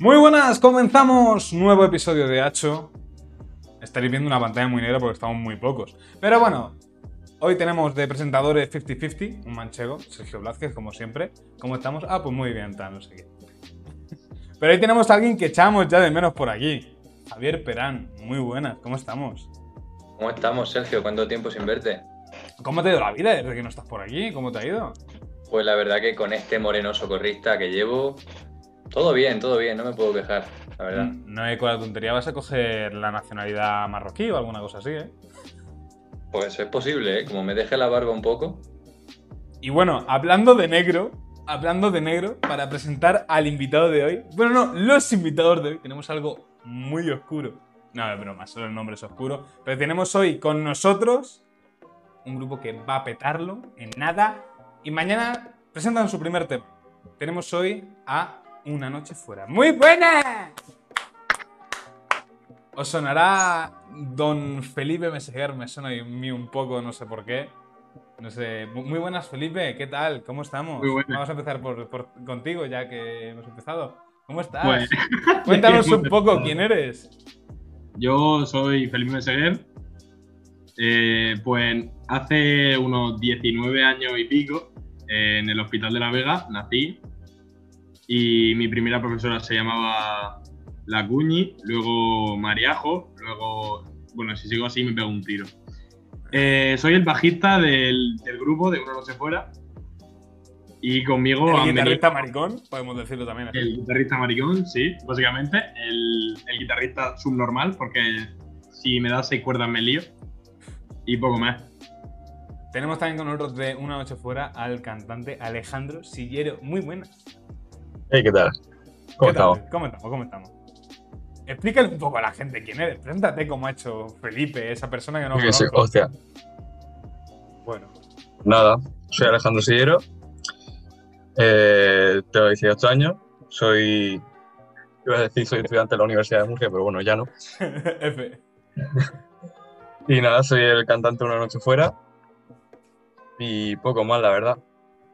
Muy buenas, comenzamos nuevo episodio de Hacho. Estaréis viendo una pantalla muy negra porque estamos muy pocos. Pero bueno, hoy tenemos de presentadores 50-50, un manchego, Sergio Blázquez, como siempre. ¿Cómo estamos? Ah, pues muy bien, tal, no sé qué. Pero ahí tenemos a alguien que echamos ya de menos por aquí. Javier Perán, muy buenas, ¿cómo estamos? ¿Cómo estamos, Sergio? ¿Cuánto tiempo sin verte? ¿Cómo te ha ido la vida desde que no estás por aquí? ¿Cómo te ha ido? Pues la verdad que con este moreno socorrista que llevo, todo bien, todo bien, no me puedo quejar, la verdad. No hay con la tontería, vas a coger la nacionalidad marroquí o alguna cosa así, ¿eh? Pues es posible, ¿eh? como me deje la barba un poco. Y bueno, hablando de negro, hablando de negro, para presentar al invitado de hoy. Bueno, no, los invitados de hoy. Tenemos algo muy oscuro. No, es broma, solo el nombre es oscuro. Pero tenemos hoy con nosotros un grupo que va a petarlo en nada. Y mañana presentan su primer tema. Tenemos hoy a Una Noche Fuera. ¡Muy buena! Os sonará Don Felipe Meseguer, me suena a mí un poco, no sé por qué. No sé, mu- muy buenas Felipe, ¿qué tal? ¿Cómo estamos? Muy buenas. Vamos a empezar por, por- contigo ya que hemos empezado. ¿Cómo estás? Bueno. Cuéntanos Hemos un poco empezado. quién eres. Yo soy Felipe Meseguer. Eh, pues hace unos 19 años y pico, eh, en el Hospital de la Vega, nací. Y mi primera profesora se llamaba La Cuñi, luego Mariajo, luego. Bueno, si sigo así me pego un tiro. Eh, soy el bajista del, del grupo de Uno No Se Fuera. Y conmigo Oh, El han venido- guitarrista maricón, podemos decirlo también. así. el guitarrista maricón, sí, básicamente. El, el guitarrista subnormal, porque si me da seis cuerdas me lío. Y poco más. Tenemos también con nosotros de Una Noche Fuera al cantante Alejandro Sillero. Muy buenas. Hey, ¿qué tal? ¿Cómo ¿Qué tal? estamos? ¿Cómo estamos? ¿Cómo estamos? Explícale un poco a la gente quién eres. Preséntate cómo ha hecho Felipe, esa persona que no Yo qué sé, conozco. hostia, Bueno, nada, soy Alejandro Sillero, eh, tengo 18 años, soy, iba a decir, soy estudiante de la Universidad de Murcia, pero bueno, ya no. F. Y nada, soy el cantante Una Noche Fuera y poco más, la verdad.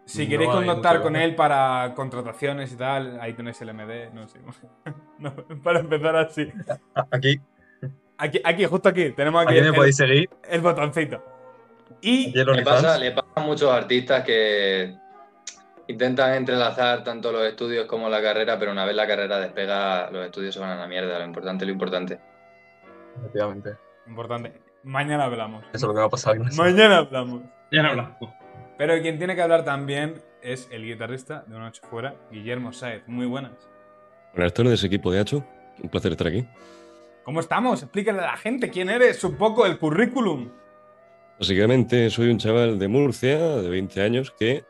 Si No queréis hay contactar mucho con que él para contrataciones y tal, ahí tenéis el MD, no sé. No, para empezar así. A- Ah, Aquí, Aquí, aquí, justo aquí, tenemos aquí, aquí me el, podéis seguir, el botoncito. Y aquí en Le pasa, OnlyFans. le pasa a muchos artistas que intentan entrelazar tanto los estudios como la carrera, pero una vez la carrera despega, los estudios se van a la mierda, lo importante es lo importante. Efectivamente, eso Importante. Mañana hablamos. es lo que me ha pasado. gracias. Mañana hablamos. Ya no hablamos. Pero quien tiene que hablar también es el guitarrista de Una Noche Fuera, Guillermo Saez. Muy buenas. Buenas tardes, equipo de Hacho. Un placer estar aquí. ¿Cómo estamos? Explícale a la gente quién eres, un poco el currículum. Básicamente, soy un chaval de Murcia, de 20 años, que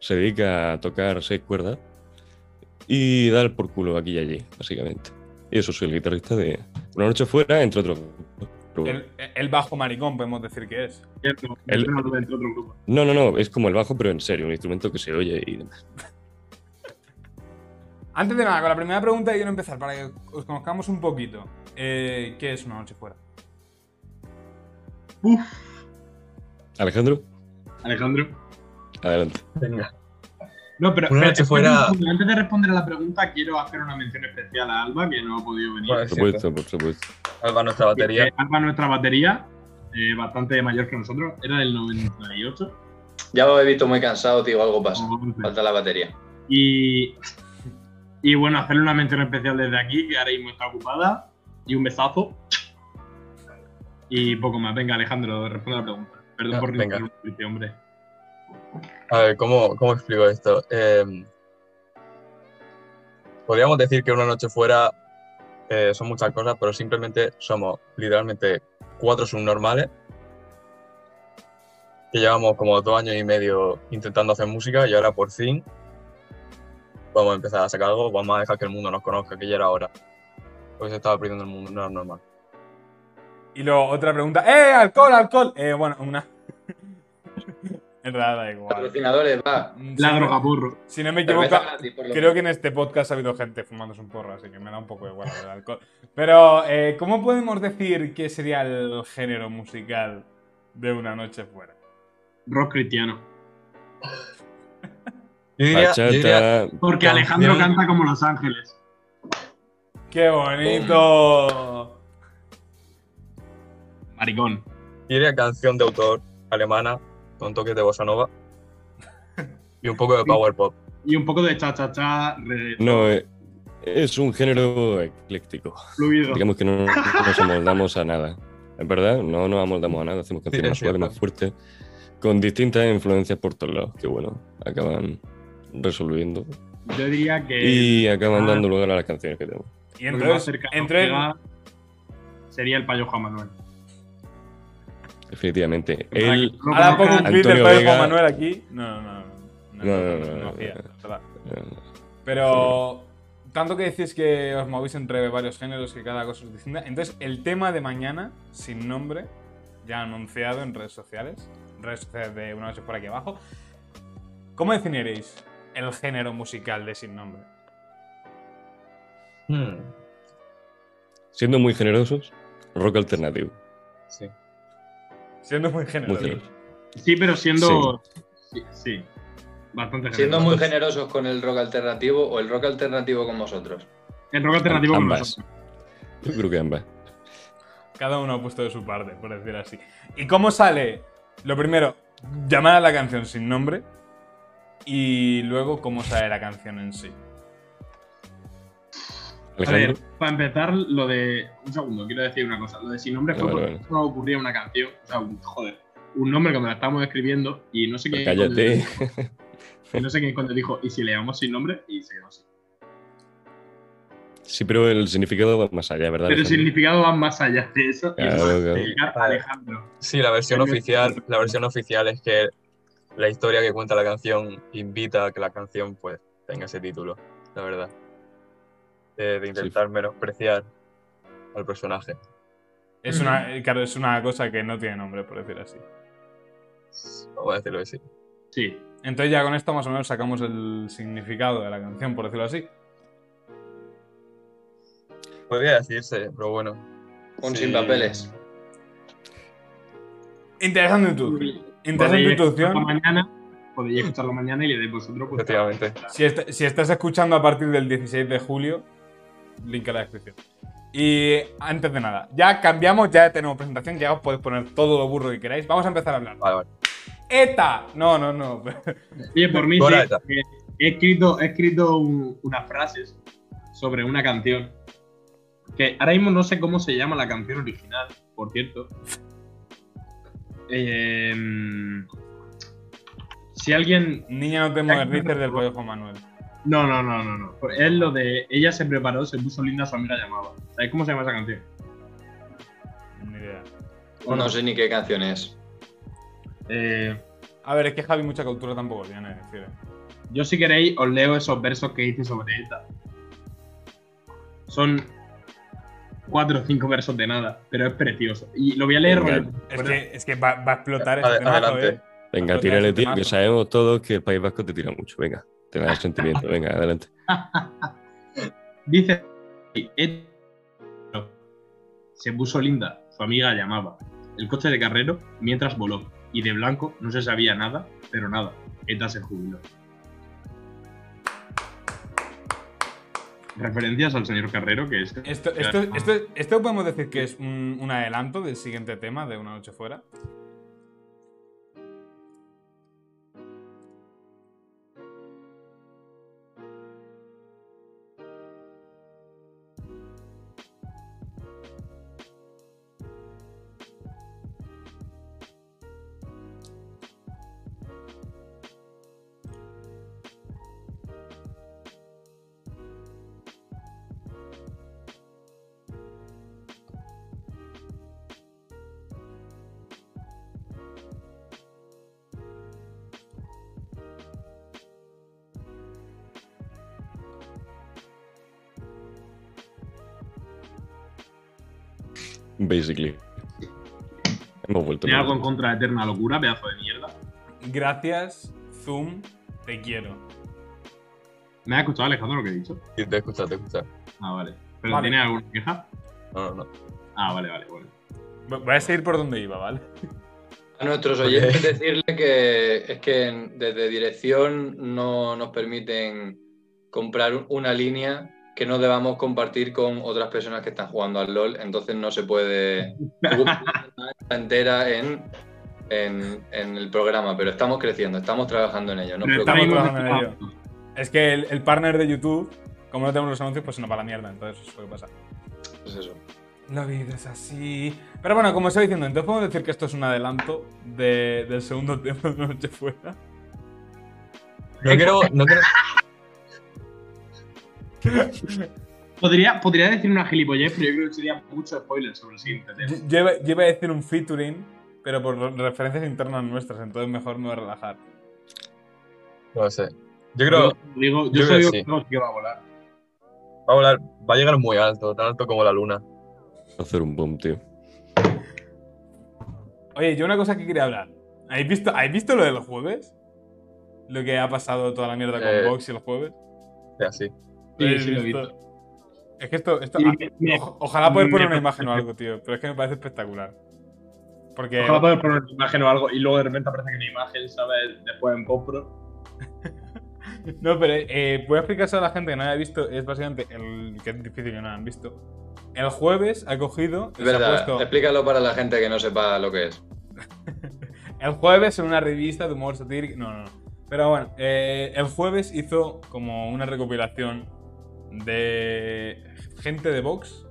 se dedica a tocar seis cuerdas y dar por culo aquí y allí, básicamente. Y eso soy el guitarrista de Una Noche Fuera, entre otros. grupos. El, el bajo maricón, podemos decir que es. Cierto, El- yo no hablo dentro de otro grupo. No, no, no, es como el bajo, pero en serio, un instrumento que se oye y demás. Antes de nada, con la primera pregunta quiero empezar para que os conozcamos un poquito. Eh, ¿Qué es Una Noche Fuera? Alejandro, Alejandro. adelante. Venga. No, pero Una espera, noche espera fuera- un segundo. antes de responder a la pregunta, quiero hacer una mención especial a Alba, que no ha podido venir. Bueno, Por es cierto. supuesto, por supuesto. Alba, nuestra Pues, batería. Eh, Alba, nuestra batería, eh, bastante mayor que nosotros, era del 98. Ya os he visto muy cansado, tío, algo pasa. o 11. Falta la batería. Y, y bueno, hacerle una mención especial desde aquí, que ahora mismo está ocupada. Y un besazo. Y poco más. Venga, Alejandro, responde la pregunta. Perdón Ah, por venga. interrumpirte, hombre. A ver, ¿cómo, cómo explico esto? Eh, podríamos decir que una noche fuera eh, son muchas cosas, pero simplemente somos literalmente cuatro subnormales que llevamos como dos años y medio intentando hacer música y ahora por fin vamos a empezar a sacar algo, vamos a dejar que el mundo nos conozca, que ya era hora. Porque se estaba perdiendo el mundo, no era normal. Y luego otra pregunta. ¡Eh, alcohol, alcohol! Eh, bueno, una. en realidad da igual. Patrocinadores, va. La Si no- droga burro. Si no me Cerveza equivoco, gratis, por lo Creo que en este podcast ha habido gente fumándose un porro, así que me da un poco igual el alcohol. Pero, eh, ¿cómo podemos decir que sería el género musical de una noche fuera? Rock cristiano. Yo diría, yo diría- Bachata, Porque Canción. Alejandro canta como Los Ángeles. ¡Qué bonito! Maricón. Tiene canción de autor alemana con toques de bossa nova y un poco de power pop. Y un poco de cha-cha-cha re- No, eh, es un género ecléctico. fluido. Digamos que no nos amoldamos a nada. Es verdad, no nos amoldamos a nada. Hacemos es canciones más suaves, cierto. más fuertes, con distintas influencias por todos lados, que bueno, acaban resolviendo Yo diría que y acaban ah. dando lugar a las canciones que tenemos. Y lo que más entonces, cercano entonces llega sería el payo Juan Manuel. Definitivamente. Para Ah, Él, que no lo ahora pongo un conozcan, Antonio clip del padre Vega. Juan Manuel aquí. No, no, no. No, No, no, no, no, hacía, no. la verdad. eh, Pero tanto que decís que os movís entre varios géneros que cada cosa es distinta. Entonces, el tema de mañana, sin nombre, ya anunciado en redes sociales, redes sociales de una noche por aquí abajo. ¿Cómo definiréis el género musical de sin nombre? Hmm, siendo muy generosos, rock alternativo. sí. Siendo muy generoso. Muy generoso. Sí, pero siendo. Sí. sí, bastante Siendo generoso. muy generosos con el rock alternativo o el rock alternativo con vosotros. El rock alternativo con Ambas. nosotros. Yo creo que ambas. Cada uno ha puesto de su parte, por decir así. ¿Y cómo sale? Lo primero, llamar a la canción sin nombre. Y luego, cómo sale la canción en sí. A ver, Alejandro, para empezar, lo de. Un segundo, quiero decir una cosa. Lo de sin nombre fue Vale, porque vale. no ocurría una canción. O sea, un- joder. Un nombre que me la estábamos escribiendo y no sé qué. pues cállate. Y no sé quién cuando dijo, ¿y si le llamamos sin nombre? Y se quedó así. Sí, pero el significado va más allá, Pero ¿verdad? el Alejandro? significado va más allá de eso. y Claro, es más claro. dedicar a Alejandro. Sí, la versión Premio oficial, Oscar. la versión oficial es que la historia que cuenta la canción invita a que la canción pues tenga ese título, la verdad. De, de intentar menospreciar al personaje. Es una, claro, es una cosa que no tiene nombre, por decir así. Vamos a decirlo así. Sí. Entonces ya con esto más o menos sacamos el significado de la canción, por decirlo así. Podría decirse, pero bueno. Un Sí. sin papeles. Interesante introducción. Interesante Podéis escucharlo introducción. mañana, podéis escucharlo mañana y le dais vosotros. vuestra- Efectivamente. Si, est- si estás escuchando a partir del 16 de julio, link en la descripción. Y antes de nada, ya cambiamos, ya tenemos presentación, ya os podéis poner todo lo burro que queráis. Vamos a empezar a hablar. Vale, vale. ¡ETA! No, no, no. Oye, por mí sí, Dora Eta. que he escrito, he escrito un- unas frases sobre una canción. Que ahora mismo no sé cómo se llama la canción original, por cierto. Eh, si alguien Niña, no te modernices del pollo Juan Manuel. No, no, no, no, no. Es lo de ella se preparó, se puso linda, su amiga llamaba. ¿Sabéis cómo se llama esa canción? Ni idea. ¿O No sé ni qué canción es. Eh, A ver, es que Javi mucha cultura tampoco tiene, es decir. yo si queréis os leo esos versos que hice sobre esta. Son cuatro o cinco versos de nada, pero es precioso. Y lo voy a leer. Venga. rollo- Es que, Pues es que va, va a explotar Ade- este temazo, adelante. ¿eh? Venga, Pero tírale, es un tío, que temazo. sabemos todos que el País Vasco te tira mucho. Venga, te da el sentimiento. Venga, adelante. Dice, "Et- se puso linda, su amiga llamaba. El coche de carrero mientras voló, y de blanco no se sabía nada, pero nada. Eta se jubiló. Referencias al señor Carrero, que es. Esto, esto, esto, esto podemos decir que es un, un adelanto del siguiente tema de Una Noche Fuera. Basically. Hemos vuelto. Tiene algo en contra de Eterna Locura, pedazo de mierda. Gracias, Zoom, te quiero. ¿Me has escuchado, Alejandro, lo que he dicho? Y te escucha, te escucha. Ah, vale. ¿Pero Vale. tiene alguna queja? No, no, no. Ah, vale, vale, bueno. Vo- Voy a seguir por donde iba, ¿vale? A nuestros oyentes decirle que es que en- desde dirección no nos permiten comprar una línea que no debamos compartir con otras personas que están jugando al LOL, entonces no se puede ocupar la entera en, en- en el programa, pero estamos creciendo, estamos trabajando en ello. No os Pero preocupéis. estamos estamos trabajando en ello. Es que el, el partner de YouTube, como no tenemos los anuncios, pues no para la mierda. Entonces, eso es lo que pasa. Pues eso. La vida es así. Pero bueno, como estaba diciendo, entonces podemos decir que esto es un adelanto de- del segundo tema de una noche fuera. No quiero, no quiero- Podría, podría decir una gilipollez, pero yo creo que sería mucho spoiler sobre el siguiente tema. Yo, yo iba- yo iba a decir un featuring, pero por referencias internas nuestras, entonces mejor me voy a relajar. no sé. Yo creo que Digo, yo, yo creo soy que sí. uno que va a volar. va a, volar- va a llegar muy alto, tan alto como la luna. Hacer un boom, tío. Oye, yo una cosa que quería hablar. ¿Habéis visto, ¿habéis visto lo del jueves? Lo que ha pasado toda la mierda con Eh, Vox y los jueves. O sea, sí. Sí, ¿Habéis sí, lo he visto? visto. Es que esto. esto Y ah, me- me- o- ojalá poder poner me- una imagen o algo, tío. Pero es que me parece espectacular. Porque. Ojalá poder poner una imagen o algo y luego de repente aparece que mi imagen, ¿sabes? Después en compro. No, pero eh, voy a explicarse a la gente que no haya visto. Es básicamente el. que es difícil que no hayan visto. El jueves ha cogido. y Es se ha verdad, puesto- explícalo para la gente que no sepa lo que es. El jueves en una revista de humor satírico. No, no, no. Pero bueno, eh, el jueves hizo como una recopilación de gente de Vox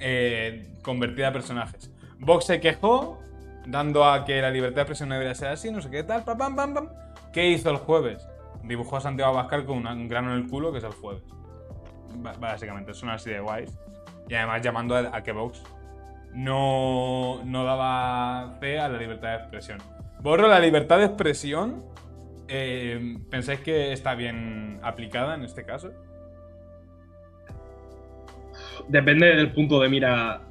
eh, convertida a personajes. Vox se quejó, dando a que la libertad de expresión no debería ser así, no sé qué tal, pam, pam, pam, pam. ¿Qué hizo el jueves? Dibujó a Santiago Abascal con una- un grano en el culo, que es el jueves. Ba- básicamente, son así de guays. Y además llamando a, a que Vox no, no daba fe a la libertad de expresión. Borro la libertad de expresión. eh, ¿Pensáis que está bien aplicada en este caso? Depende del punto de mira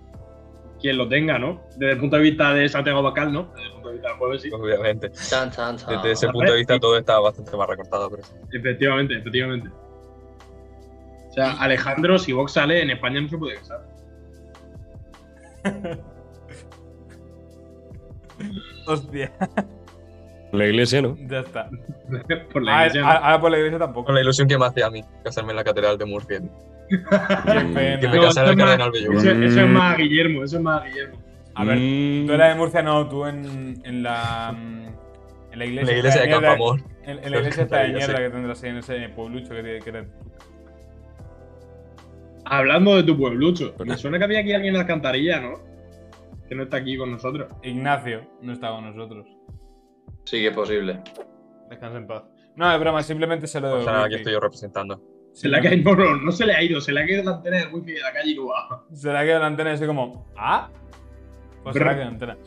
quien lo tenga, ¿no? Desde el punto de vista de Santiago Bacal, ¿no? Desde el punto de vista del jueves, sí. Obviamente. Chan, chan, chan. Desde ese punto de vista todo está bastante más recortado, pero sí. Efectivamente, efectivamente. O sea, Alejandro, si Vox sale en España no se puede casar. Hostia, La iglesia, ¿no? ya está. Por la Ah, iglesia, ¿no? ah, Ahora por la iglesia tampoco. Con la ilusión que me hacía a mí casarme en la catedral de Murcia. Qué Mm, Que pena. me No, eso casara el es más- cardenal Belluga. Eso, eso es más a Guillermo, eso es más a Guillermo. A ver, Mm. tú en la de Murcia no, tú en, en la. mm, En la iglesia. En la iglesia de esta mierda- Campamor. En, en la iglesia está de Yo mierda sé. que tendrás ahí en ese pueblucho que te. Que te- Hablando de tu pueblucho, me suena que había aquí alguien en la alcantarilla, ¿no? Que no está aquí con nosotros. Ignacio no está con nosotros. Sí que es posible. Descansa en paz. No, es broma, simplemente se lo O doy. sea, aquí Pues estoy yo representando. Se le ha caído, no, no, no se le ha ido, se le ha caído la antena del wifi de la calle "Ah, Irua. Será que la antena y estoy como, ¿ah? Pues Pero- será que la antena.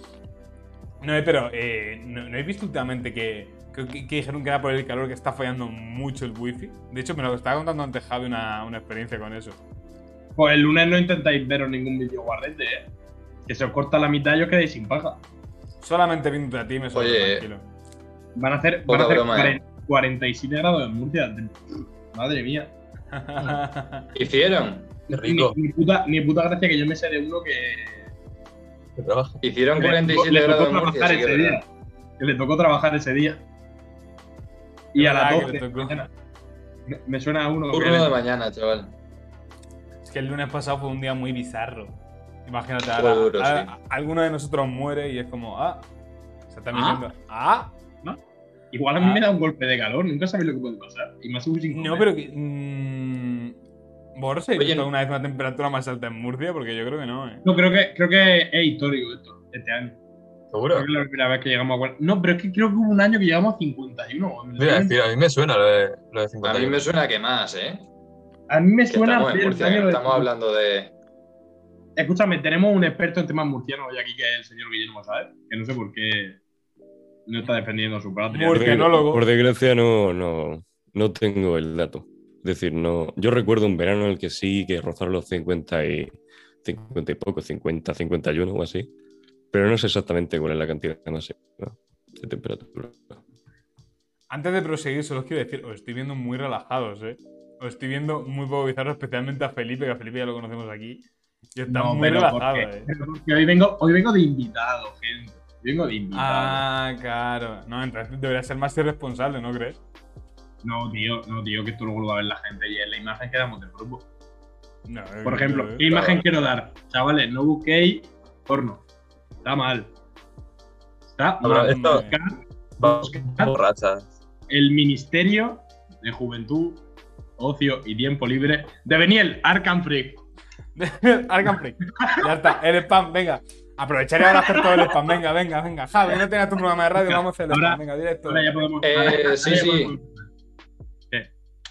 No, eh, pero eh, no, no he visto últimamente que, que, que- que dijeron que era por el calor que está fallando mucho el wifi. De hecho, me lo estaba contando antes Javi una, una experiencia con eso. Pues el lunes no intentáis veros ningún vídeo guarrete, ¿eh? Que se os corta la mitad y os quedáis sin paja. Solamente viendo a ti me sobra Oye. tranquilo. Van a hacer, van Poca a hacer broma, cuaren- ¿eh? 47 grados en Murcia. Madre mía. Hicieron, Qué rico. Ni, ni puta, ni puta gracia que yo me sé de uno que Qué este trabajo. hicieron Le- 47 le grados en tocó Murcia, trabajar sí que es ese verdad. día. Que le tocó trabajar ese día. Y a las verdad que 12. le tocó. me suena- Me, me suena a uno. que Turno de le- mañana, chaval. es que el lunes pasado fue un día muy bizarro. Imagínate, ahora, Fue duro, ahora sí. alguno de nosotros muere y es como, ah. Se está Ah. metiendo. Ah. Igual a mí Ah. me da un golpe de calor, nunca sabéis lo que puede pasar. Y más sin comer. No, pero que. Mmm, ¿Borse Oye, no- una vez una temperatura más alta en Murcia? Porque yo creo que no, eh. No, creo que, creo que es histórico esto, este año. Seguro. Creo que es la primera vez que llegamos a. cuar- No, pero es que creo que hubo un año que llegamos a 51. o en el Mira, es 20. decir, a mí me suena lo de, lo de A 50. mí me suena que más, ¿eh? a mí me Que suena. estamos hacer en el Murcia, que año no de- estamos hablando de. Escúchame, tenemos un experto en temas murcianos hoy aquí que es el señor Guillermo, ¿sabes? Que no sé por qué no está defendiendo a su patria. Mur- Organólogo. Por desgracia no, no, no tengo el dato. Es decir, no, yo recuerdo un verano en el que sí, que rozar los 50 y, 50 y poco, 50, 51 o así. Pero no sé exactamente cuál es la cantidad máxima de temperatura. Antes de proseguir, solo os quiero decir, os estoy viendo muy relajados, eh. Os estoy viendo muy poco bizarro, especialmente a Felipe, que a Felipe ya lo conocemos aquí. Y está No, muy pero relajado, porque, eh. pero porque hoy vengo, hoy vengo de invitado, gente. Hoy vengo de invitado. Ah, claro. No, entonces debería ser más irresponsable, ¿no crees? No, tío, no, tío, que esto luego lo va a ver la gente y es la imagen que damos del grupo. No, Por ejemplo, ¿qué eh, imagen quiero dar? Chavales, no busquéis porno. Está mal. Está Habrá- mal. esto- eh, Buscar Vamos, borrachas. el Ministerio de Juventud, Ocio y Tiempo Libre de Beniel, Arkham Freak. Arkham Freak. Ya está, el spam, venga. Aprovecharé ahora a hacer todo el spam. Venga, venga, venga. Javi, no tengas tu programa de radio, vamos a hacer el Ahora- spam. Venga, directo. Ahora ya podemos. Eh, ahora ya sí, sí. podemos-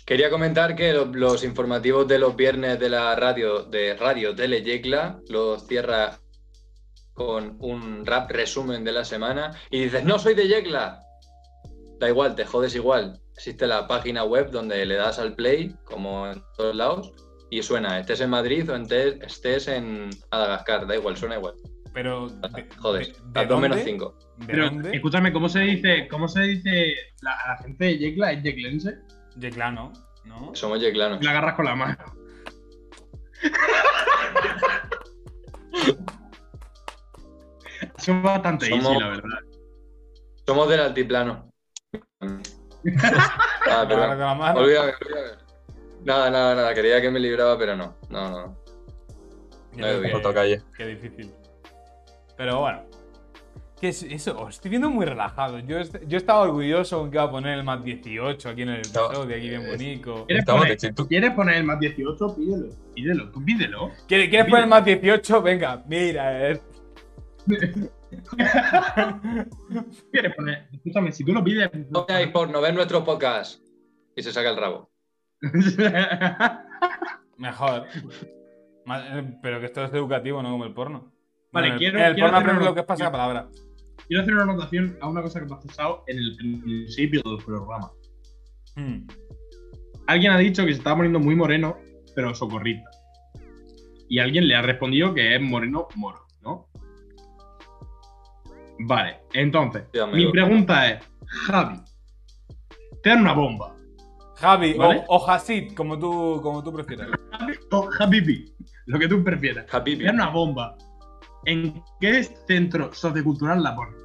Quería comentar que lo- los, informativos de los viernes de la radio, de Radio Tele Yecla, los cierra con un rap resumen de la semana y dices, no soy de Yecla. Da igual, te jodes igual. Existe la página web donde le das al play, como en todos lados, y suena, estés en Madrid o ente- estés en Madagascar, da igual, suena igual. Pero, de, Ah, Joder, de- a ¿de dos menos dónde? 5. ¿De Pero, dónde? escúchame, ¿cómo se dice, cómo se dice la, a la gente de Yecla? ¿Es yeclense? Yeclano, ¿no? Somos yeclanos. La agarras con la mano. Eso es bastante easy, Somos- la verdad. Somos del altiplano. ah, Ahora perdón. con la mano. Olvídame, olvídame. Nada, nada, nada. Quería que me libraba, pero no. No, no. Ya no, ves bien. que- Foto calle. Qué difícil. Pero bueno. ¿Qué es eso? Os estoy viendo muy relajado. Yo, est- yo estaba orgulloso con que iba a poner el más 18 aquí en el Estaba- episodio, aquí eh, bien bonito. ¿Quieres Estamos poner, de chitu- ¿Quieres poner el más 18? Pídelo. Pídelo, tú pídelo. ¿Quieres, quieres poner el más 18? Venga, mira. eh. ¿Quieres poner? Escúchame, si tú lo pides. No veáis porno, ven nuestros podcasts. Y se saca el rabo. Mejor. Ma- eh, Pero que esto es educativo, no como el porno. Vale, en el, quiero- en el quiero porno hacer aprendes una- lo que es pasar la palabra. Quiero hacer una anotación a una cosa que me ha pasado en el principio del programa. Hmm. Alguien ha dicho que se estaba poniendo muy moreno, pero socorrista. Y alguien le ha respondido que es moreno moro, ¿no? Vale, entonces, Sí, amigo. mi pregunta es, Javi, te dan una bomba. Javi Vale. o, o Hasid, como tú, como tú prefieras. Javi o Javi Pi, lo que tú prefieras. Te Habibi. dan una bomba. ¿En qué centro sociocultural la ponen?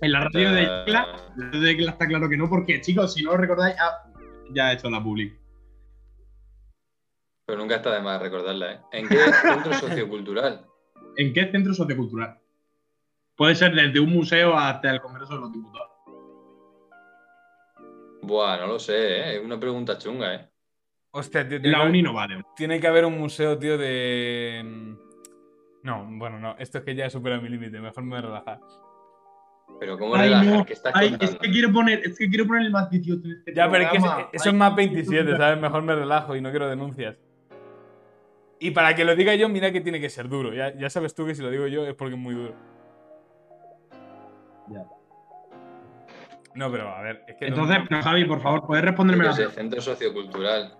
En la radio de Eh, Yecla, la radio de Yecla está claro que no, porque chicos, si no lo recordáis, ah, ya he hecho la public. Pero nunca está de más recordarla, ¿eh? ¿En qué centro sociocultural? ¿En qué centro sociocultural? Puede ser desde un museo hasta el Congreso de los Diputados. Buah, no lo sé, ¿eh? Es una pregunta chunga, ¿eh? Hostia, tío, En tiene, la que- uni no vale. tiene que haber un museo, tío, de. em, No, bueno, no. Esto es que ya supera mi límite. Mejor me voy a relajar. Pero ¿cómo Ay, relajar? no. ¿Qué estás Ay, es contando? que quiero poner, es que quiero poner el más 18 en este Ya, pero es que programa. eso- eso es Ay, más 27, ¿sabes? Mejor me relajo y no quiero denuncias. Y para que lo diga yo, mira que tiene que ser duro. Ya, ya sabes tú que si lo digo yo es porque es muy duro. Ya. No, pero a ver, es que. no- Entonces, pero, Javi, por favor, ¿puedes Yo responderme qué la sé, centro sociocultural.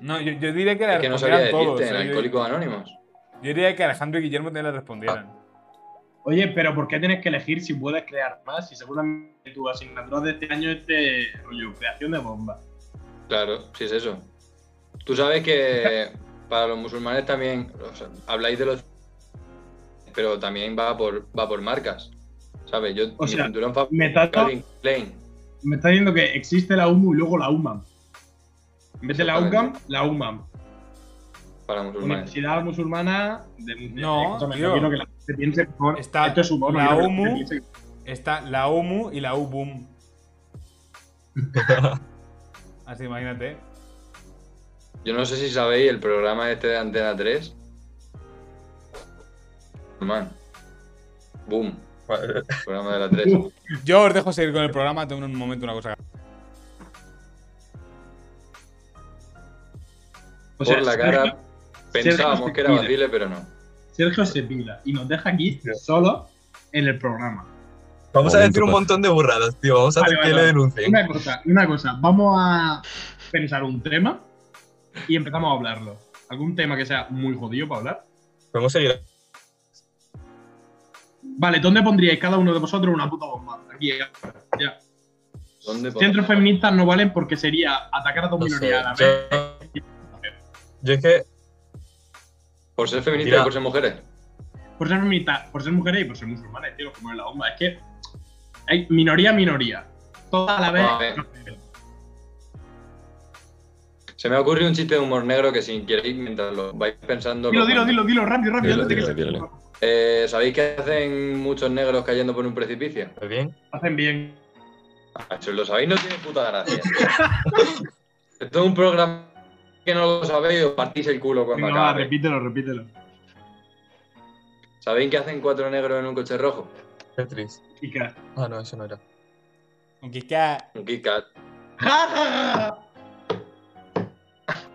No, yo, yo diría que la Es que no sabía respondieran todos. decirte, en ¿eh? Yo- Alcohólicos Anónimos. Yo diría que Alejandro y Guillermo te la respondieran. Oye, pero ¿por qué tienes que elegir si puedes crear más? Si seguramente tu asignatura de este año es de rollo, creación de bombas. Claro, sí es eso. Tú sabes que para los musulmanes también o sea, habláis de los. Pero también va por, va por marcas. ¿Sabes? Yo, O mi sea, cinturón favorito Me está, es Calvin Klein. me está diciendo que existe la UMU y luego la UMAM. En vez de la UCAM, la UMAM. Para musulmanes. Universidad musulmana de Murcia. No, Escúchame, tío. quiero que la gente piense por Está esto es humor. no la quiero que UMU. gente piense que- Está la UMU y la UBUM. Así, imagínate. Yo no sé si sabéis el programa este de Antena 3. Man. Boom. Programa de la 3. Yo os dejo seguir con el programa, tengo un momento una cosa. O por la cara Sergio- pensábamos Sergio que era Mira. vacile, pero no. Sergio se pila y nos deja aquí solo en el programa. Vamos a Momento decir un paz. montón de burradas, tío. Vamos a Vale, hacer que vale. le denuncien. Una cosa, una cosa. Vamos a pensar un tema y empezamos a hablarlo. ¿Algún tema que sea muy jodido para hablar? Podemos seguir. Vale, ¿dónde pondríais cada uno de vosotros una puta bomba? Aquí, ya. ¿Dónde Centros podemos? feministas no valen porque sería atacar a dos No minorías sé. a la vez. Yo, yo es que Por ser feminista Mira. y por ser mujeres. por ser feministas, por ser mujeres y por ser musulmanes, tío, como en la bomba. Es que hay minoría, minoría. toda la vez. A ver. Se me ha ocurrido un chiste de humor negro que sin querer mientras lo vais pensando. Dilo, lo dilo, mando. dilo, dilo, rápido, rápido. Dilo, antes de que dilo, se- dilo. Eh, ¿Sabéis qué hacen muchos negros cayendo por un precipicio? ¿Estás bien? Hacen bien. Ah, Si lo sabéis, no tiene puta gracia. Esto es un programa que no lo sabéis, os partís el culo cuando Venga, va, acabe. repítelo, repítelo. ¿Sabéis qué hacen cuatro negros en un coche rojo? Tetris. Y que- Ah, no, eso no era. Aunque es que Un Kit Kat.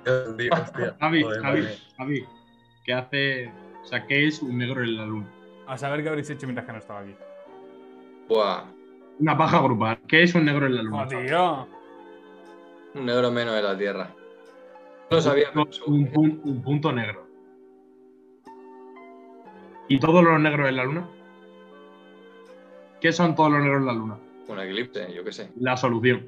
Tío, hostia. Javi, Joder, Javi, madre. Javi. ¿Qué hace? O sea, ¿qué es un negro en la luna? a saber qué habréis hecho mientras que no estaba aquí. Buah, Una paja grupal. ¿Qué es un negro en la luna? Oh, tío. un negro menos de la tierra. No lo sabía, pero un, seguro. pun- un punto negro. ¿Y todos los negros en la luna? ¿Qué son todos los negros en la luna? un eclipse, yo qué sé. La solución.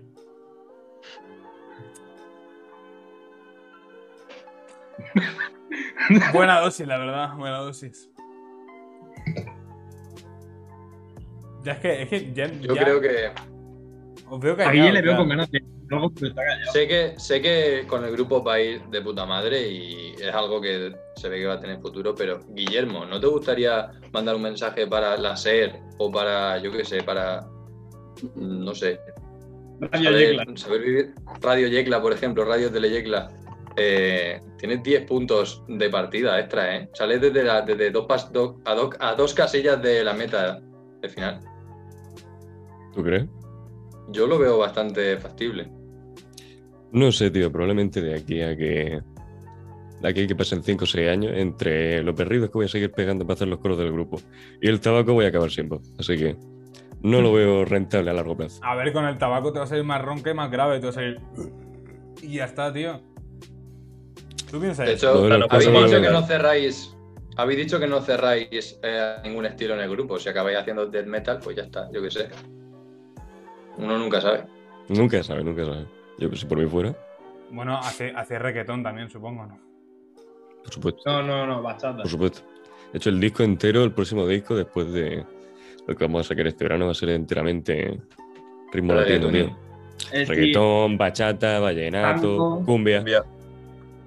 Buena dosis, la verdad. Buena dosis. Ya es que, es que ya, Yo ya creo que. os veo A callado. Guille le veo ya. con ganas de. Luego, pero está callado. Sé que, sé que con el grupo va a ir de puta madre y es algo que se ve que va a tener futuro, pero Guillermo, ¿no te gustaría mandar un mensaje para la SER o para, yo qué sé, para, mm, no sé, Radio saber, Yecla. saber vivir? Radio Yecla, por ejemplo, Radio Tele Yecla. eh, tienes 10 puntos de partida extra, ¿eh? Sales desde, la- desde dos, pas- do- a, do- a dos casillas de la meta de final. ¿Tú crees? Yo lo veo bastante factible. No sé, tío, probablemente de aquí a que. De aquí a que pasen 5 o 6 años, entre los perridos que voy a seguir pegando para hacer los coros del grupo y el tabaco voy a acabar siempre. Así que no lo veo rentable a largo plazo. A ver, con el tabaco te va a salir más ronca y más grave. Te va a salir. Y ya está, tío. ¿Tú piensas De eso? hecho, Bueno, habéis pues, dicho bueno. que no cerráis. Habéis dicho que no cerráis eh, ningún estilo en el grupo. Si acabáis haciendo death metal, pues ya está, yo qué sé. Uno nunca sabe. Nunca sabe, nunca sabe. Yo, si por mí fuera, Bueno, hace, hace reggaetón también, supongo, ¿no? por supuesto. No, no, no, bachata. Por supuesto. De hecho, el disco entero, el próximo disco, después de lo que vamos a sacar este verano, va a ser enteramente ritmo latino, Reggaetón. tío. Es Reggaetón, bachata, vallenato, Tango. cumbia. Cumbia.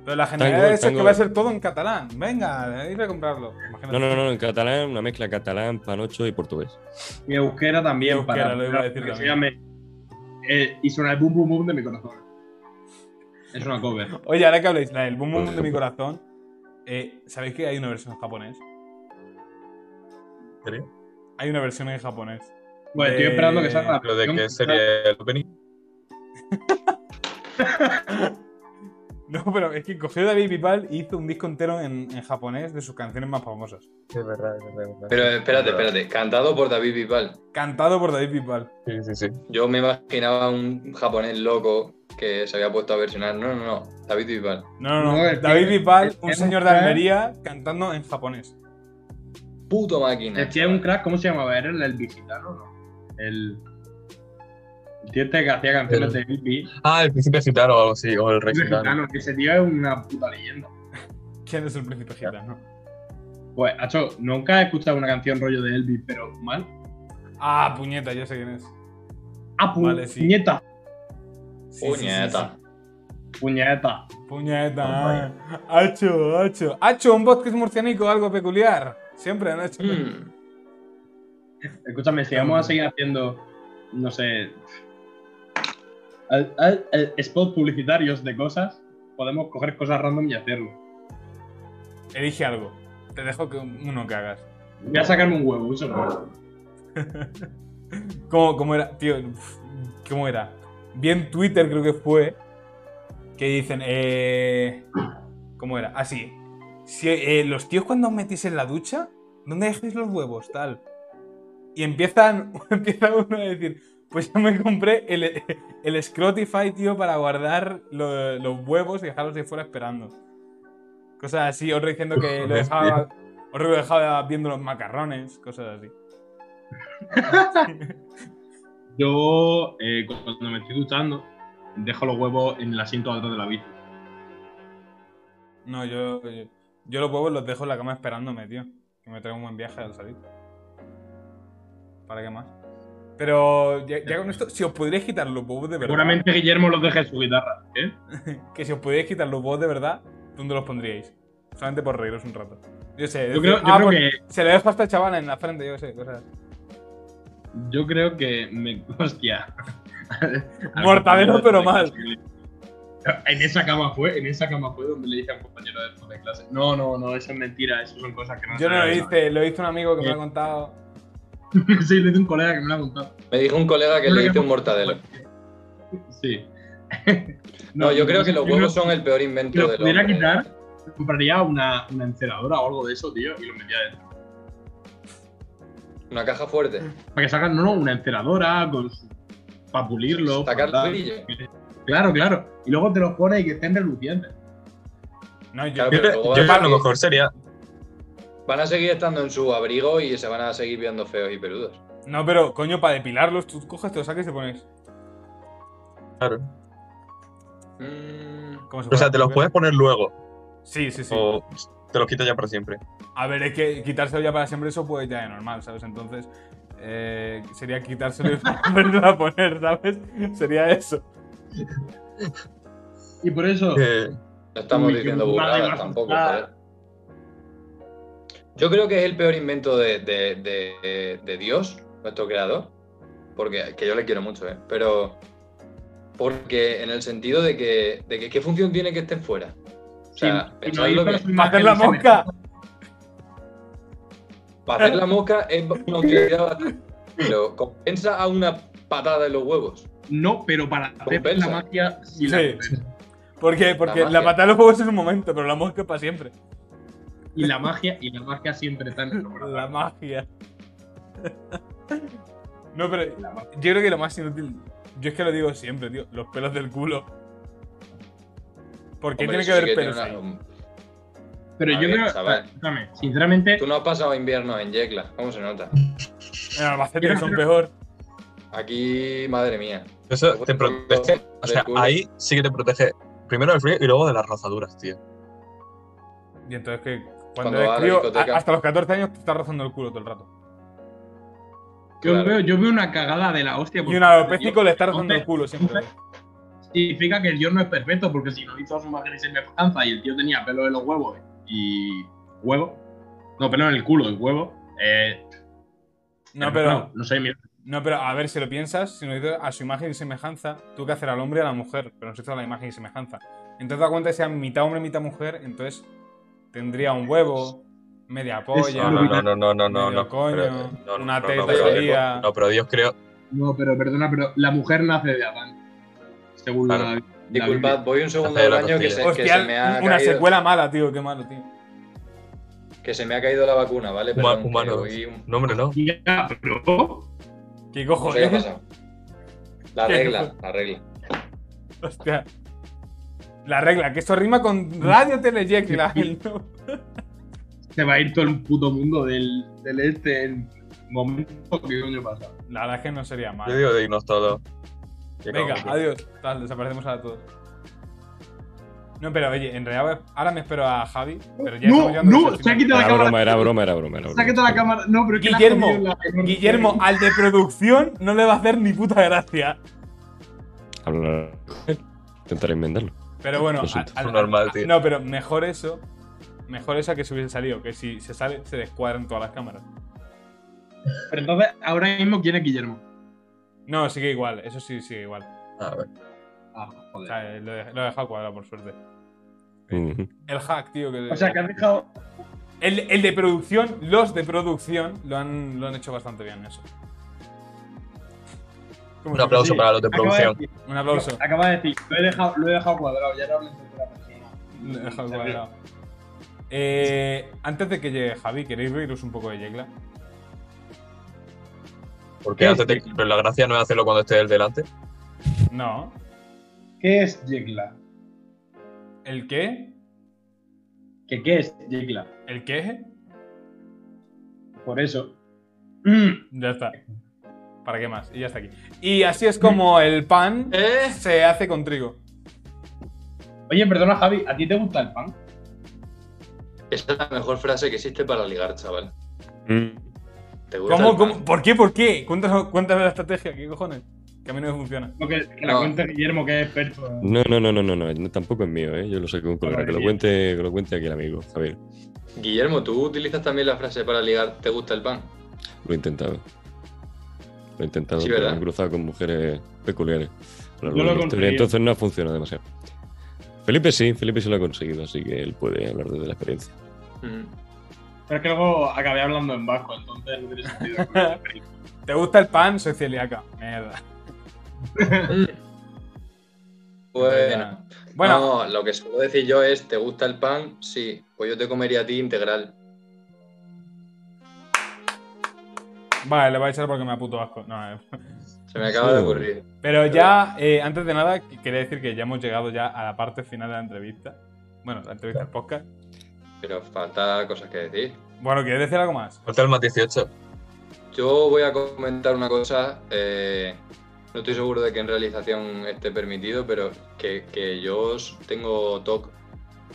Pero la generalidad Tango, de eso es que tango. va a ser todo en catalán. Venga, ir a comprarlo. Imagínate. No, no, no, en catalán, una mezcla catalán, panocho y portugués. decir, Y euskera también. Euskera, para, lo iba a decir que se también. llame, eh, y suena el boom boom boom de mi corazón. Es una cover. Oye, ahora que habláis, la del boom boom de mi corazón. eh, ¿Sabéis que hay una versión en japonés? ¿En serio? Hay una versión en japonés. Bueno, estoy Eh, esperando que salga. la Lo de versión qué serie el opening. No, pero es que cogió David Pipal y hizo un disco entero en, en japonés de sus canciones más famosas. Es verdad, es verdad, es verdad. Pero espérate, espérate. Cantado por David Bisbal. Cantado por David Pipal. Sí, sí, sí. Yo me imaginaba un japonés loco que se había puesto a versionar. No, no, no. David Bisbal. No, no, No, no. es que- David Pipal, es que ¿eh? un es señor un de crack. Almería, cantando en japonés. Puto máquina. Decía un crack, ¿cómo se llamaba? ¿Era el del visitano no? El. El tío este que hacía canciones de Bibi. Ah, el príncipe gitano o algo así, o el rey gitano. Gitano, que ese tío es una puta leyenda. ¿Quién es el príncipe gitano? Pues, Hacho, nunca he escuchado una canción rollo de Elvis, pero mal. Ah, puñeta, ya sé quién es. ¡Ah, pu- Vale, sí. puñeta! Sí, sí, sí, Puñeta. ¡Puñeta! sí. Puñeta. ah. Hacho, hacho. Hacho, un podcast murcianico, algo peculiar. Siempre, ¿no? Mm. Escúchame, si vamos a seguir haciendo, no sé, al- al- al- spots publicitarios de cosas, podemos coger cosas random y hacerlo. Elige algo. Te dejo que uno que hagas. Voy a sacarme un huevo, eso no. ¿Cómo, cómo era? Tío, uf, ¿cómo era? Vi en Twitter, creo que fue, que dicen, eh, ¿cómo era? Así. Si, eh, los tíos cuando os metís en la ducha, ¿dónde dejáis los huevos? Tal. Y empiezan, empieza uno a decir, pues yo me compré el, el Scrotify, tío, para guardar lo- los huevos y dejarlos ahí fuera esperando. Cosas así, otro diciendo que lo dejaba, otro que dejaba viendo los macarrones, cosas así. Yo, eh, cu- cuando me estoy duchando, dejo los huevos en el asiento de atrás de la bici. No, yo, yo, yo los huevos los dejo en la cama esperándome, tío. Que me traiga un buen viaje al salir. ¿Para qué más? Pero ya, ya con esto, si os pudierais quitar los bobos de verdad. Seguramente Guillermo los deje en su guitarra, ¿eh? Que si os pudierais quitar los bobos de verdad, ¿dónde los pondríais? Solamente por reíros un rato. Yo sé. Yo creo, yo ah, creo pues, que, Se le dejo a esta chavala en la frente, yo qué sé. cosas. yo creo que me. Hostia. Mortadelo, pero mal. En esa cama fue, en esa cama fue donde le dije a un compañero de de clase. No, no, no, eso es mentira, eso son cosas que Ah, no Yo se no lo saben". hice, lo hizo un amigo que me Eh. lo ha contado. sí, lo hice un colega que me lo ha contado. Me dijo un colega que Yo le creo hice un mortadelo. Sí. No, yo creo que los yo huevos creo son el peor invento que los del pudiera hombre. quitar, compraría una, una enceradora o algo de eso, tío, y lo metía dentro. Una caja fuerte. Para que sacan, no, no, una enceradora con su, para pulirlo. para Sacarle tal. brillo. Claro, claro. Y luego te los pones y que estén relucientes. No, yo, Claro, Yo, pero luego yo van, a lo mejor sería. van a seguir estando en su abrigo y se van a seguir viendo feos y peludos. no, pero coño, para depilarlos, tú coges, te los sacas y te pones. Claro. Mm, como si O sea, fuera- te los puedes poner luego. Sí, sí, sí. O te los quitas ya para siempre. A ver, es que quitárselo ya para siempre, eso puede ya de normal, ¿sabes? Entonces, eh, sería quitárselo y volverlo a poner, ¿sabes? Sería eso. Y por eso. Que- no estamos Uy, qué diciendo burrada y burradas más tampoco, Ah. burrada. joder. Yo creo que es el peor invento de, de- de- de Dios, nuestro creador. Porque que yo le quiero mucho, ¿eh? Pero. Porque en el sentido de que, de que qué función tiene que estén fuera. O sea, sin- pensadlo sin- bien. sin- Para hacer la mosca. Para hacer la mosca es una utilidad bastante. Pero compensa a una patada en los huevos. No, pero para hacer Compensa. la magia. Sí. sí la- ¿Por qué? Porque La la, magia. patada de los juegos es un momento, pero la mosca es para siempre. Y la magia, y la magia siempre está en el corazón. La magia. No, pero yo creo que lo más inútil. Yo es que lo digo siempre, tío. Los pelos del culo. ¿Por qué tiene Hombre, que eso sí haber tiene pelos una- ahí? Pero A yo ver, creo. chaval. escúchame, sinceramente, Tú no has pasado invierno en Yecla, ¿cómo se nota? En Albacete Yo son creo- peor. Aquí, madre mía. Eso Bueno, te protege. O sea, culo. ahí sí que te protege. Primero del frío y luego de las razaduras, tío. Y entonces que cuando, Cuando va a eres la crío, discoteca. a- hasta los 14 años te estás rozando el culo todo el rato. yo, Claro. veo, yo veo una cagada de la hostia. Y porque un alopécico le está rozando entonces- el culo siempre. Significa que el Dios no es perfecto, porque si no hizo a su imagen y semejanza y el tío tenía pelo en los huevos y. huevo. No, pelo en el culo, el huevo. Eh, No, No, pero, no sé, mira. no, pero a ver si lo piensas, si nos hizo a su imagen y semejanza, tuvo que hacer al hombre y a la mujer, pero nos hizo a la imagen y semejanza. Entonces da cuenta que sea mitad hombre, mitad mujer, entonces tendría un huevo, media polla, No, no, no, no, no, no, no. medio no, coño, pero- eh, no, no, una no, no, teta pero- salía. No, pero Dios creo. No, pero perdona, pero la mujer nace de Adán. Según Claro. la, la Biblia. Disculpad, voy un segundo al Hacer la baño que se, costilla. que se Hostia, me ha una caído, secuela mala, tío, qué malo, tío. que se me ha caído la vacuna, ¿vale? Huma- Perdón, que humanos. voy un- No, hombre, no. Ya, pero. ¿Qué no sé qué ha cojones? pasado. La ¿Qué regla, cojo? la regla. Hostia. La regla, que eso rima con Radio Teleyecla. se va a ir todo el puto mundo del, del este en momento que coño pasa. La verdad es que no sería Yo mal. digo de irnos todos. Qué Venga, cabrón. adiós. Tal, desaparecemos ahora todos. No, pero oye, en realidad ahora me espero a Javi, pero ya estamos No, llegando no, al se ha final. quitado la Era broma, cámara. era broma, era broma. Era Se ha quitado la cámara. No, pero es que la ha Guillermo, jodido la- Guillermo, al de producción no le va a hacer ni puta gracia. cámara. Intentaré enmendarlo. Pero bueno, Lo siento, al- al- normal, tío. no, pero mejor eso, mejor eso a que se hubiese salido, que si se sale se descuadran todas las cámaras. Pero entonces, ahora mismo, ¿quién es Guillermo? No, sigue igual, eso sí sigue igual. A ver. Ah, O joder. sea, lo he, lo he dejado cuadrado por suerte. Ujú. El hack, tío, que O sea, que has dejado. el, el de producción, los de producción lo han, lo han hecho bastante bien eso. Como Un si- aplauso para los de acaba de producción. decir- Un aplauso. Acaba de decir, lo he dejado, lo he dejado cuadrado, ya no hablo de otra persona. Lo he dejado cuadrado. Eh, antes de que llegue Javi, ¿queréis reíros un poco de Yegla? Porque Sí, antes de- sí. pero la gracia no es hacerlo cuando esté él delante. No. ¿Qué es Yegla? ¿El qué? ¿Qué, qué es Yegla? ¿El qué? Por eso. Mm, Ya está. ¿Para qué más? Y ya está aquí. Y así es como el pan ¿Eh? se hace con trigo. Oye, perdona, Javi, ¿a ti te gusta el pan? Esa es la mejor frase que existe para ligar, chaval. Mm. ¿Te gusta ¿Cómo, Pues el cómo? pan? ¿Por qué? ¿Por qué? Cuéntanos, cuéntanos la estrategia, ¿qué cojones? Que a mí no me funciona. No, que, que la No. cuente Guillermo, que es experto. en- No, no, no, no, no, no, no, tampoco es mío, ¿eh? Yo lo sé con un colega. Que lo bien. cuente, que lo cuente aquí el amigo. A ver, Guillermo, ¿tú utilizas también la frase para ligar ¿te gusta el pan? lo he intado. Lo he intentado, Sí, pero ¿verdad? me he cruzado con mujeres peculiares. a lo Yo lo largo de la historia, conseguí. Entonces no ha funcionado demasiado. Felipe sí, Felipe sí lo ha conseguido, así que él puede hablar desde la experiencia. Mm. Pero es que luego acabé hablando en vasco, entonces no tiene sentido. ¿Te gusta el pan? Soy celíaca. Mierda. Pues, Bueno, Bueno, no, lo que suelo decir yo es, ¿te gusta el pan? Sí, pues yo te comería a ti integral. vale, le voy a echar porque me da puto asco. No, eh. Se me acaba de Sí. ocurrir. Pero ya, eh, antes de nada, qu- quería decir que ya hemos llegado ya a la parte final de la entrevista. Bueno, la entrevista del podcast. Pero falta cosas que decir. Bueno, ¿quieres decir algo más? Falta el más 18. Yo voy a comentar una cosa. eh, no estoy seguro de que en realización esté permitido, pero que, que yo s- tengo TOC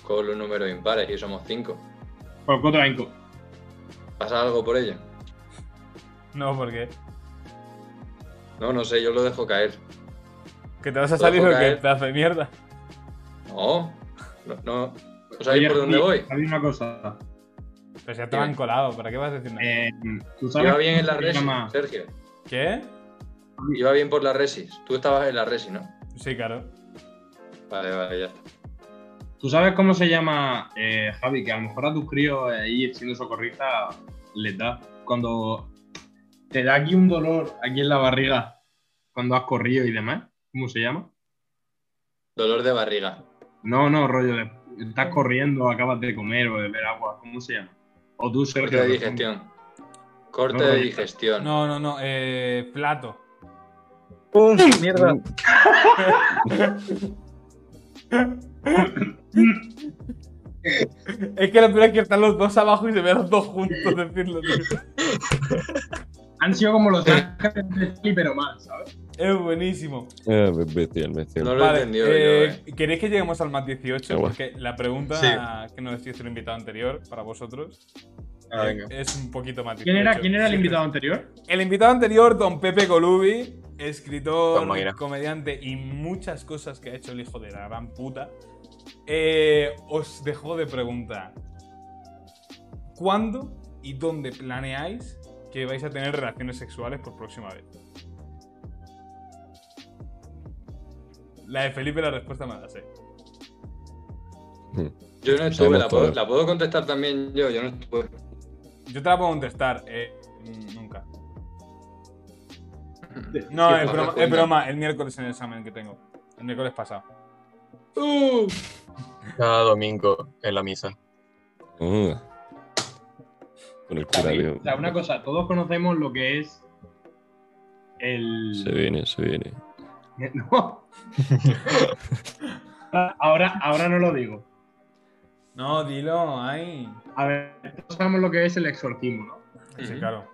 con los números impares y somos cinco. Por contra, Inco. ¿Pasa algo por ello? No, porque No, no sé, yo lo dejo caer. que te vas a Lo salir dejo lo que caer. te hace mierda. No, no, no. ¿Os sabéis Pues por dónde voy? La misma cosa. Pero si ya te lo han colado, ¿para qué vas a decir nada? Eh, ¿Tú sabes Iba bien en la cómo se resi, llama? Sergio. ¿Qué? Iba bien por la resis. Tú estabas en la resi, ¿no? Sí, claro. Vale, vale, ya está. ¿Tú sabes cómo se llama, eh, Javi? Que a lo mejor a tus críos eh, ahí siendo socorrista les da. Cuando te da aquí un dolor, aquí en la barriga, cuando has corrido y demás. ¿Cómo se llama? Dolor de barriga. No, no, rollo de. Estás corriendo, acabas de comer o de beber agua. ¿Cómo se llama? O tú, Corte Sergio. de digestión. Corte No, de no, digestión. No, no, no. Eh, plato. ¡Mierda! Es que lo peor es que están los dos abajo y se ven los dos juntos decirlo, tío. Han sido como los ángeles de Felipe, pero más, ¿sabes? Es buenísimo. Ah, bestial, bestial. No lo he entendido eh, yo, eh. ¿Queréis que lleguemos al más 18? Agua. Porque la pregunta Sí. que nos hizo el invitado anterior para vosotros Ah, venga. Eh, es un poquito más 18. ¿Quién era, ¿quién era el Sí. invitado anterior? El invitado anterior, don Pepe Colubi, escritor, Don Máquina. comediante y muchas cosas que ha hecho el hijo de la gran puta, eh, os dejó de preguntar ¿cuándo y dónde planeáis que vais a tener relaciones sexuales por próxima vez? La de Felipe la respuesta me la sé. Yo no estuve, Sabemos la puedo, todo. la puedo contestar también yo, yo no estuve. Yo te la puedo contestar, eh, mm, nunca. No, es broma, es broma, el miércoles en el examen que tengo. El miércoles pasado. Uh, Cada domingo en la misa. Ah. Con el cura, David, veo. o sea, una cosa, todos conocemos lo que es el. Se viene, se viene. No. ahora, ahora no lo digo. No, dilo, ay. A ver, todos sabemos lo que es el exorcismo, ¿no? Sí, Ujú. claro.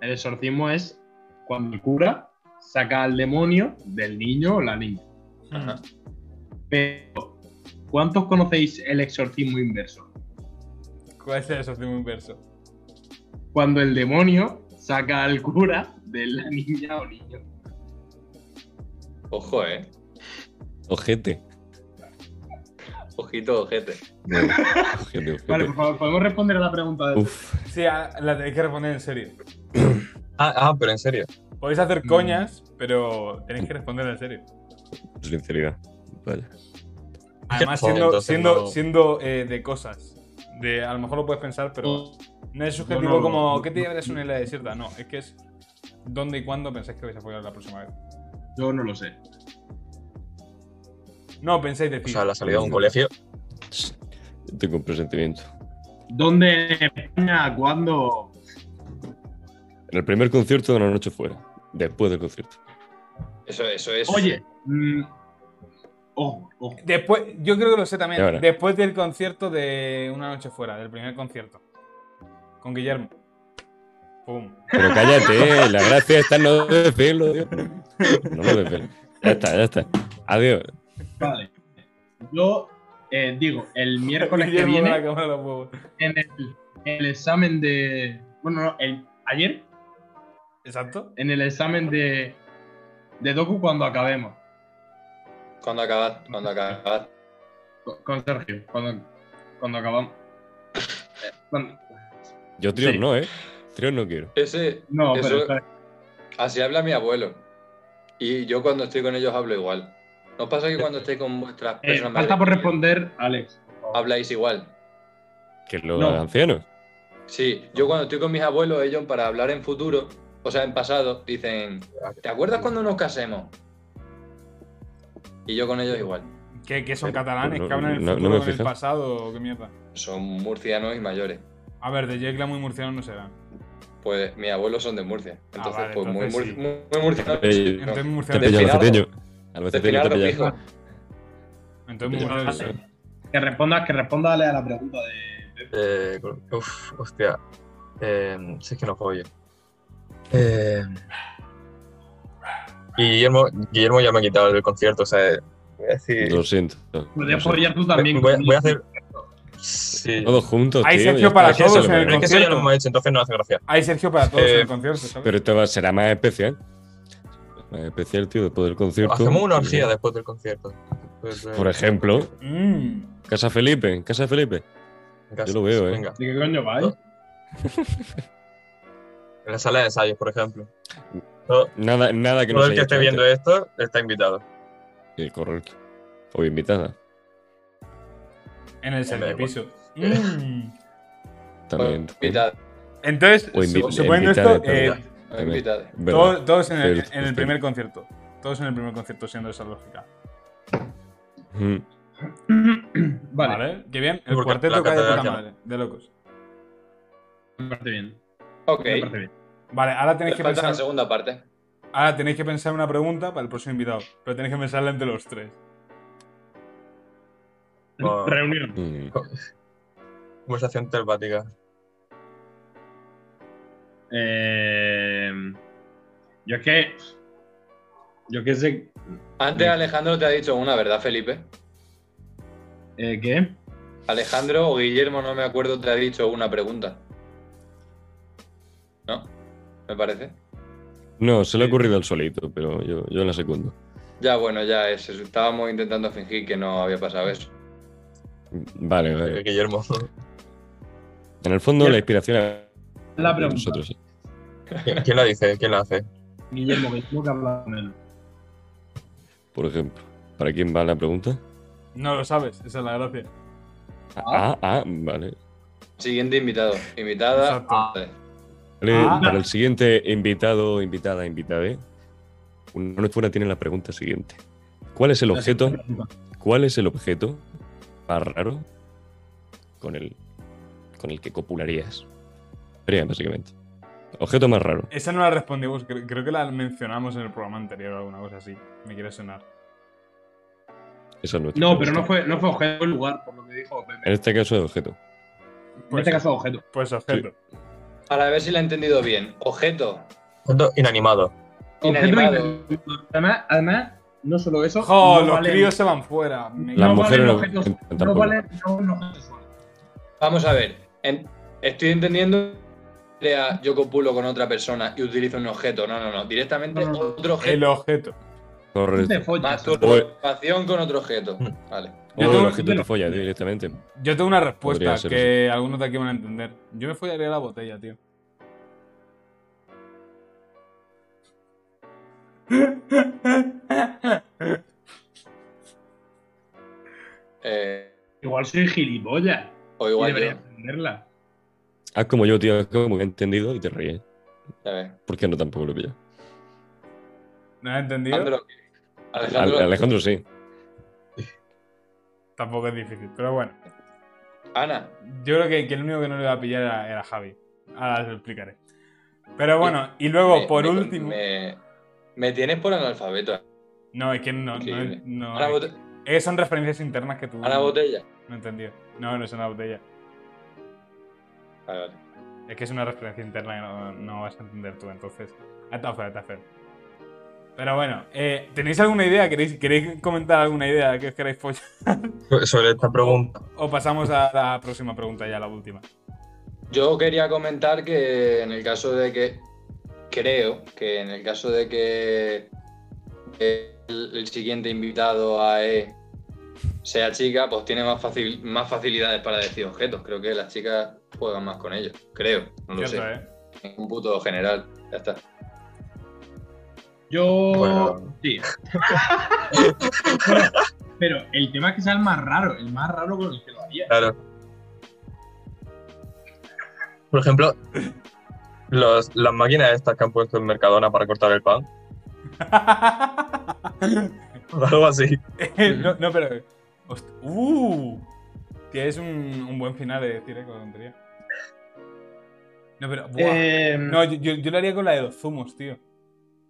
El exorcismo es cuando el cura saca al demonio del niño o la niña. Ajá. Mm. Pero, ¿cuántos conocéis el exorcismo inverso? ¿Cuál es el exorcismo inverso? Cuando el demonio saca al cura de la niña o niño. Ojo, eh. Ojete. Ojito, ojete. Bueno, ojete, ojete. pues, Vale, por favor, podemos responder a la pregunta de. Uf, Sí, a- la tenéis que responder en serio. Ah, ah, pero en serio. Podéis hacer coñas, pero tenéis que responder en serio. sinceridad. Vale. Además, Joder, siendo, entonces siendo, no- siendo eh, de cosas. De, a lo mejor lo puedes pensar, pero no es subjetivo Mm. no, no, como no, ¿qué te no. llevarías a una isla desierta? No, es que es dónde y cuándo pensáis que vais a follar la próxima vez. Yo no lo sé. No, pensáis de O sea, la salida de un colegio. Tengo un presentimiento. ¿Dónde en España? ¿Cuándo? En el primer concierto de una noche fuera. Después del concierto. Eso, eso es. Oye, mm, ojo, ojo. Después, yo creo que lo sé ¿Y también. ahora? Después del concierto de Una Noche Fuera, del primer concierto. Con Guillermo. Pum. Pero cállate, eh, la gracia está en no desvelo. tío. No lo desvelo. Ya está, ya está. Adiós. Vale. Yo eh, digo, el miércoles que Guillermo con la viene, cámara de los huevos. en el, el examen de. Bueno, no, el, ayer Exacto. en el examen de, de Doku cuando acabemos. Cuando acabas, cuando acabas. Con- Con Sergio, cuando, cuando acabamos. Eh, cuando- Yo tríos Sí. no, ¿eh? Tríos no quiero. Ese, no, Eso- pero eh, espera, así habla mi abuelo. Y yo cuando estoy con ellos hablo igual. ¿No os pasa que cuando estéis con vuestras eh, personas falta por mayores, responder, Alex. habláis igual? Que los No. ancianos. Sí, yo cuando estoy con mis abuelos, ellos para hablar en futuro, o sea, en pasado, dicen, ¿te acuerdas cuando nos casemos? Y yo con ellos igual. ¿Qué, qué son Eh, catalanes? no- ¿Que hablan el no- no futuro me he con el fijado. pasado o qué mierda? Son murcianos y mayores. A ver, de Jekyll muy murcianos no serán. Pues mis abuelos son de Murcia. Ah, Entonces, vale, pues muy, entonces mur- muy, muy murcianos. Eh, no. Entonces Te murcianos. pillo al Espinardo. beceteño. Al De beceteño te Pinardo, pillas. fijo. Entonces murcianos. Vale. Que respondas, que responda Alex, a la pregunta de Pepe. Eh, uf, hostia. Eh, si es que no puedo yo. Eh, Guillermo, Guillermo ya me ha quitado el concierto, o sea, voy a decir. Lo siento. Lo Podrías siento. follar tú también. voy, a- coño. voy a hacer. Sí. Todos juntos. Hay tío, Sergio ya para Es está. que eso todos ya en lo- el es que eso ya lo concierto. hemos hecho, entonces no hace gracia. Hay Sergio para todos en Eh, el concierto, ¿sabes? Pero esto va- será más especial. Más especial, tío, después del concierto. Hacemos una orgía después del concierto. Pues, eh, Por ejemplo, Mm. Casa Felipe, en Casa Felipe. en casa, yo lo veo, eh. Venga, ¿De qué coño vais? en la sala de ensayos, por ejemplo. Nada, nada que Todo no el que haya esté hecho viendo antes. esto está invitado. Sí, correcto. O invitada. En el da Sergio igual. piso. Eh. Mm. También. Invitad, Entonces, O invi- su- suponiendo invitada esto, eh, también. También. invitad. Verdad. todo- todos en el, Cierto, en el cierto. primer concierto. Todos en el primer concierto, siendo esa lógica. Mm. Vale, Vale. Qué bien. El Porque cuarteto la cae de puta catedral madre. De locos. me parece bien. Ok, Me parece bien. Vale, ahora tenéis Nos que falta la pensar. segunda parte. Ahora tenéis que pensar una pregunta para el próximo invitado. Pero tenéis que pensarla entre los tres. Oh. Reunión. Mm. Conversación telepática. Eh, yo es que. Yo es que sé. Antes Alejandro te ha dicho una, ¿verdad, Felipe? eh, ¿Qué? Alejandro o Guillermo, no me acuerdo, te ha dicho una pregunta. ¿No? ¿Me parece? No, se le ha ocurrido al solito, pero yo, yo la secundo. Ya, bueno, ya es. eso. Estábamos intentando fingir que no había pasado eso. Vale, Eh, vale. Guillermo. En el fondo, la inspiración a La pregunta. nosotros. eh, sí. ¿Quién quién la dice? ¿Quién la hace? Guillermo, que tengo que hablar con él. Por ejemplo, ¿para quién va la pregunta? No lo sabes, esa es la gracia. Ah, ah, vale. Siguiente invitado. Invitada. Exacto. Vale. Vale, Ah. Para el siguiente invitado, invitada, invitada, uno fuera tiene la pregunta siguiente. ¿Cuál es el objeto? ¿Cuál es el objeto más raro con el, con el que copularías? Sería, básicamente. Objeto más raro. Esa no la respondimos, cre- creo que la mencionamos en el programa anterior o alguna cosa así. Me quiere sonar. Esa es nuestra No, pero pregunta. no fue, no fue objeto fue lugar, por lo que dijo Pepe. Eh, En este caso es objeto. En este caso, objeto. Pues objeto. Ahora, a ver si la he entendido bien. Objeto. Objeto inanimado. Inanimado. Objeto inanimado. Además, además, no solo eso. ¡Jo! no los valen- críos se van fuera. Me Las no cago en- mujeres valen no- objetos- No tampoco. valen no valen objetos sueltos. Vamos a ver. en- estoy entendiendo. sea, Yo copulo con otra persona y utilizo un objeto. No, no, no. Directamente No, no, no. otro El objeto. objeto. No Correcto. te follas. Masturbación con otro objeto. Vale. O el tengo- objeto te folla directamente. Yo tengo una respuesta Podría ser que algunos de aquí van a entender. Yo me follaría la botella, tío. Eh, Igual soy gilipollas. o Y igual yo. debería entenderla. Haz como yo, tío, haz como que he entendido y te ríes. A ver. Porque no tampoco lo pillo. ¿No has entendido? Alejandro. Al- Alejandro. Alejandro sí. Tampoco es difícil, pero bueno. Ana. Yo creo que, que el único que no le iba a pillar era, era Javi. Ahora os lo explicaré. Pero bueno, y luego, Eh, me- por me- último. Me, me tienes por analfabeto. No, es que no. no, Increíble. no- Ana, Bote- es que son referencias internas que tú. Ana Botella. No entendí. No, no es una botella. Vale, vale. Es que es una referencia interna que no, no vas a entender tú, entonces. Ah, Está feo, está feo. Pero bueno, eh, ¿tenéis alguna idea? ¿Queréis, ¿Queréis comentar alguna idea que os queráis follar? Sobre esta pregunta. O pasamos a la próxima pregunta, ya la última. Yo quería comentar que en el caso de que, creo que en el caso de que el, el siguiente invitado a E sea chica, pues tiene más, facil, más facilidades para decir objetos. Creo que las chicas juegan más con ellos, creo, no lo Cierto, sé. ¿eh? En un puto general, ya está. Yo. Bueno. Sí. Pero el tema es que sea el más raro, el más raro con el que lo haría. Claro. Por ejemplo, los- las máquinas estas que han puesto en Mercadona para cortar el pan. ¿eh? o Algo así. no, no, pero. host- ¡Uh! Que es un, un buen final de decir, eh, con tontería. No, pero. buah. Eh, No, yo, yo, yo lo haría con la de los zumos, tío.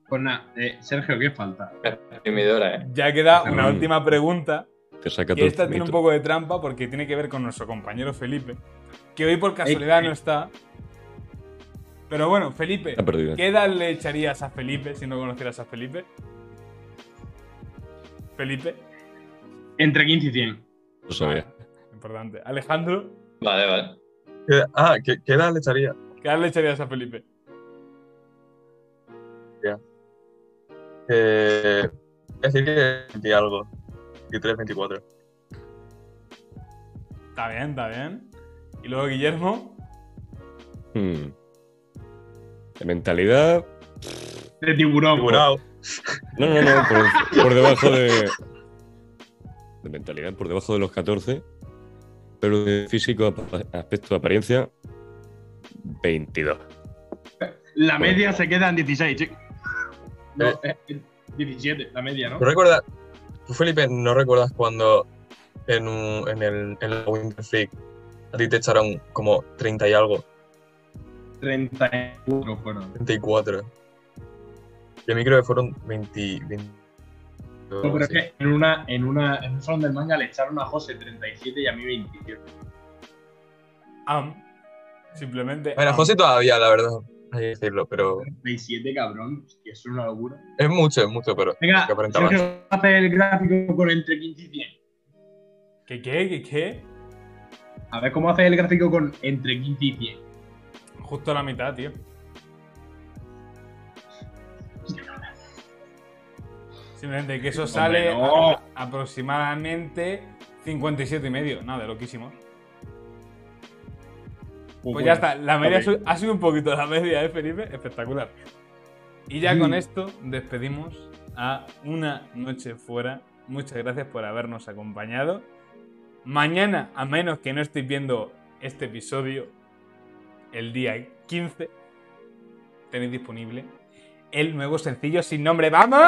Pues nada, eh, Sergio, ¿qué falta? Primidora, ¿eh? Ya queda una Mm. última pregunta. Te saca Y todo el esta tiene un zumito. poco de trampa porque tiene que ver con nuestro compañero Felipe, que hoy por casualidad no está. Pero bueno, Felipe, Ha perdido. ¿qué edad le echarías a Felipe si no conocieras a Felipe? Felipe, Entre 15 y 100. Lo sabía. importante. Alejandro, Vale, vale. ¿Qué- Ah, ¿qué, qué edad le echaría? ¿qué edad le echarías a Felipe? Eh, es decir, que 20 y algo. 23, 24. Está bien, está bien. Y luego Guillermo, Hmm. De mentalidad. De tiburón. Figurado. No, no, no. Por, por debajo de. De mentalidad, por debajo de los 14. Pero de físico, ap- aspecto, apariencia. 22. La media se queda en 16, chico. No, Eh. eh, eh, 17, la media, ¿no? ¿Tú recuerdas? Tú, Felipe, ¿no recuerdas cuando en, un- en, el, en la Winter Freak a ti te echaron como 30 y algo? 34 fueron. 34. Yo a mí creo que fueron 20. 20 No, pero es sí. que en, una, en, una, en un salón del manga le echaron a José 37 y a mí 27. am. Simplemente. Bueno, am. José todavía, la verdad, hay que decirlo, pero 37, cabrón, que es una locura. es mucho, es mucho, pero Venga, que aparenta más. Sergio, hace el gráfico con entre 15 y 100. ¿Qué, qué, qué, qué? A ver cómo hace el gráfico con entre 15 y 100. Justo a la mitad, tío. Simplemente que eso sale no. a- aproximadamente 57 y medio. Nada, loquísimo. Pues ya está, la media ok. su- ha sido un poquito la media, ¿eh, Felipe? Espectacular. Y ya con esto despedimos a una noche fuera. Muchas gracias por habernos acompañado. Mañana, a menos que no estéis viendo este episodio, el día 15, tenéis disponible el nuevo sencillo sin nombre. ¡Vamos!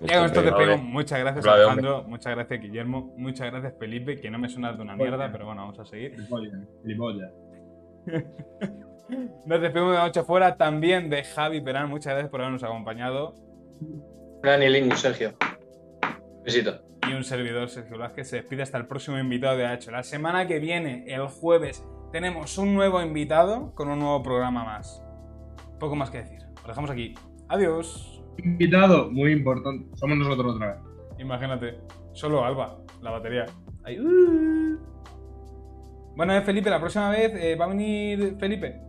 Ya con esto Entonces, Vale. despedimos. Muchas gracias, Vale, hombre. Alejandro. Muchas gracias, Guillermo. Muchas gracias, Felipe, que no me suena de una mierda, pero bueno, vamos a seguir. Gilipollas, gilipollas. Nos despedimos de la noche fuera también de Javi Perán. Muchas gracias por habernos acompañado. Gran y Lingus, Sergio. Besito. Y un servidor, Sergio Blázquez, se despide hasta el próximo invitado de hecho La semana que viene, el jueves, tenemos un nuevo invitado con un nuevo programa más. Poco más que decir. Lo dejamos aquí. Adiós. Invitado, muy importante. Somos nosotros otra vez. Imagínate. Solo Alba, la batería. Ay, uh. Bueno, eh, Felipe, la próxima vez eh, va a venir Felipe.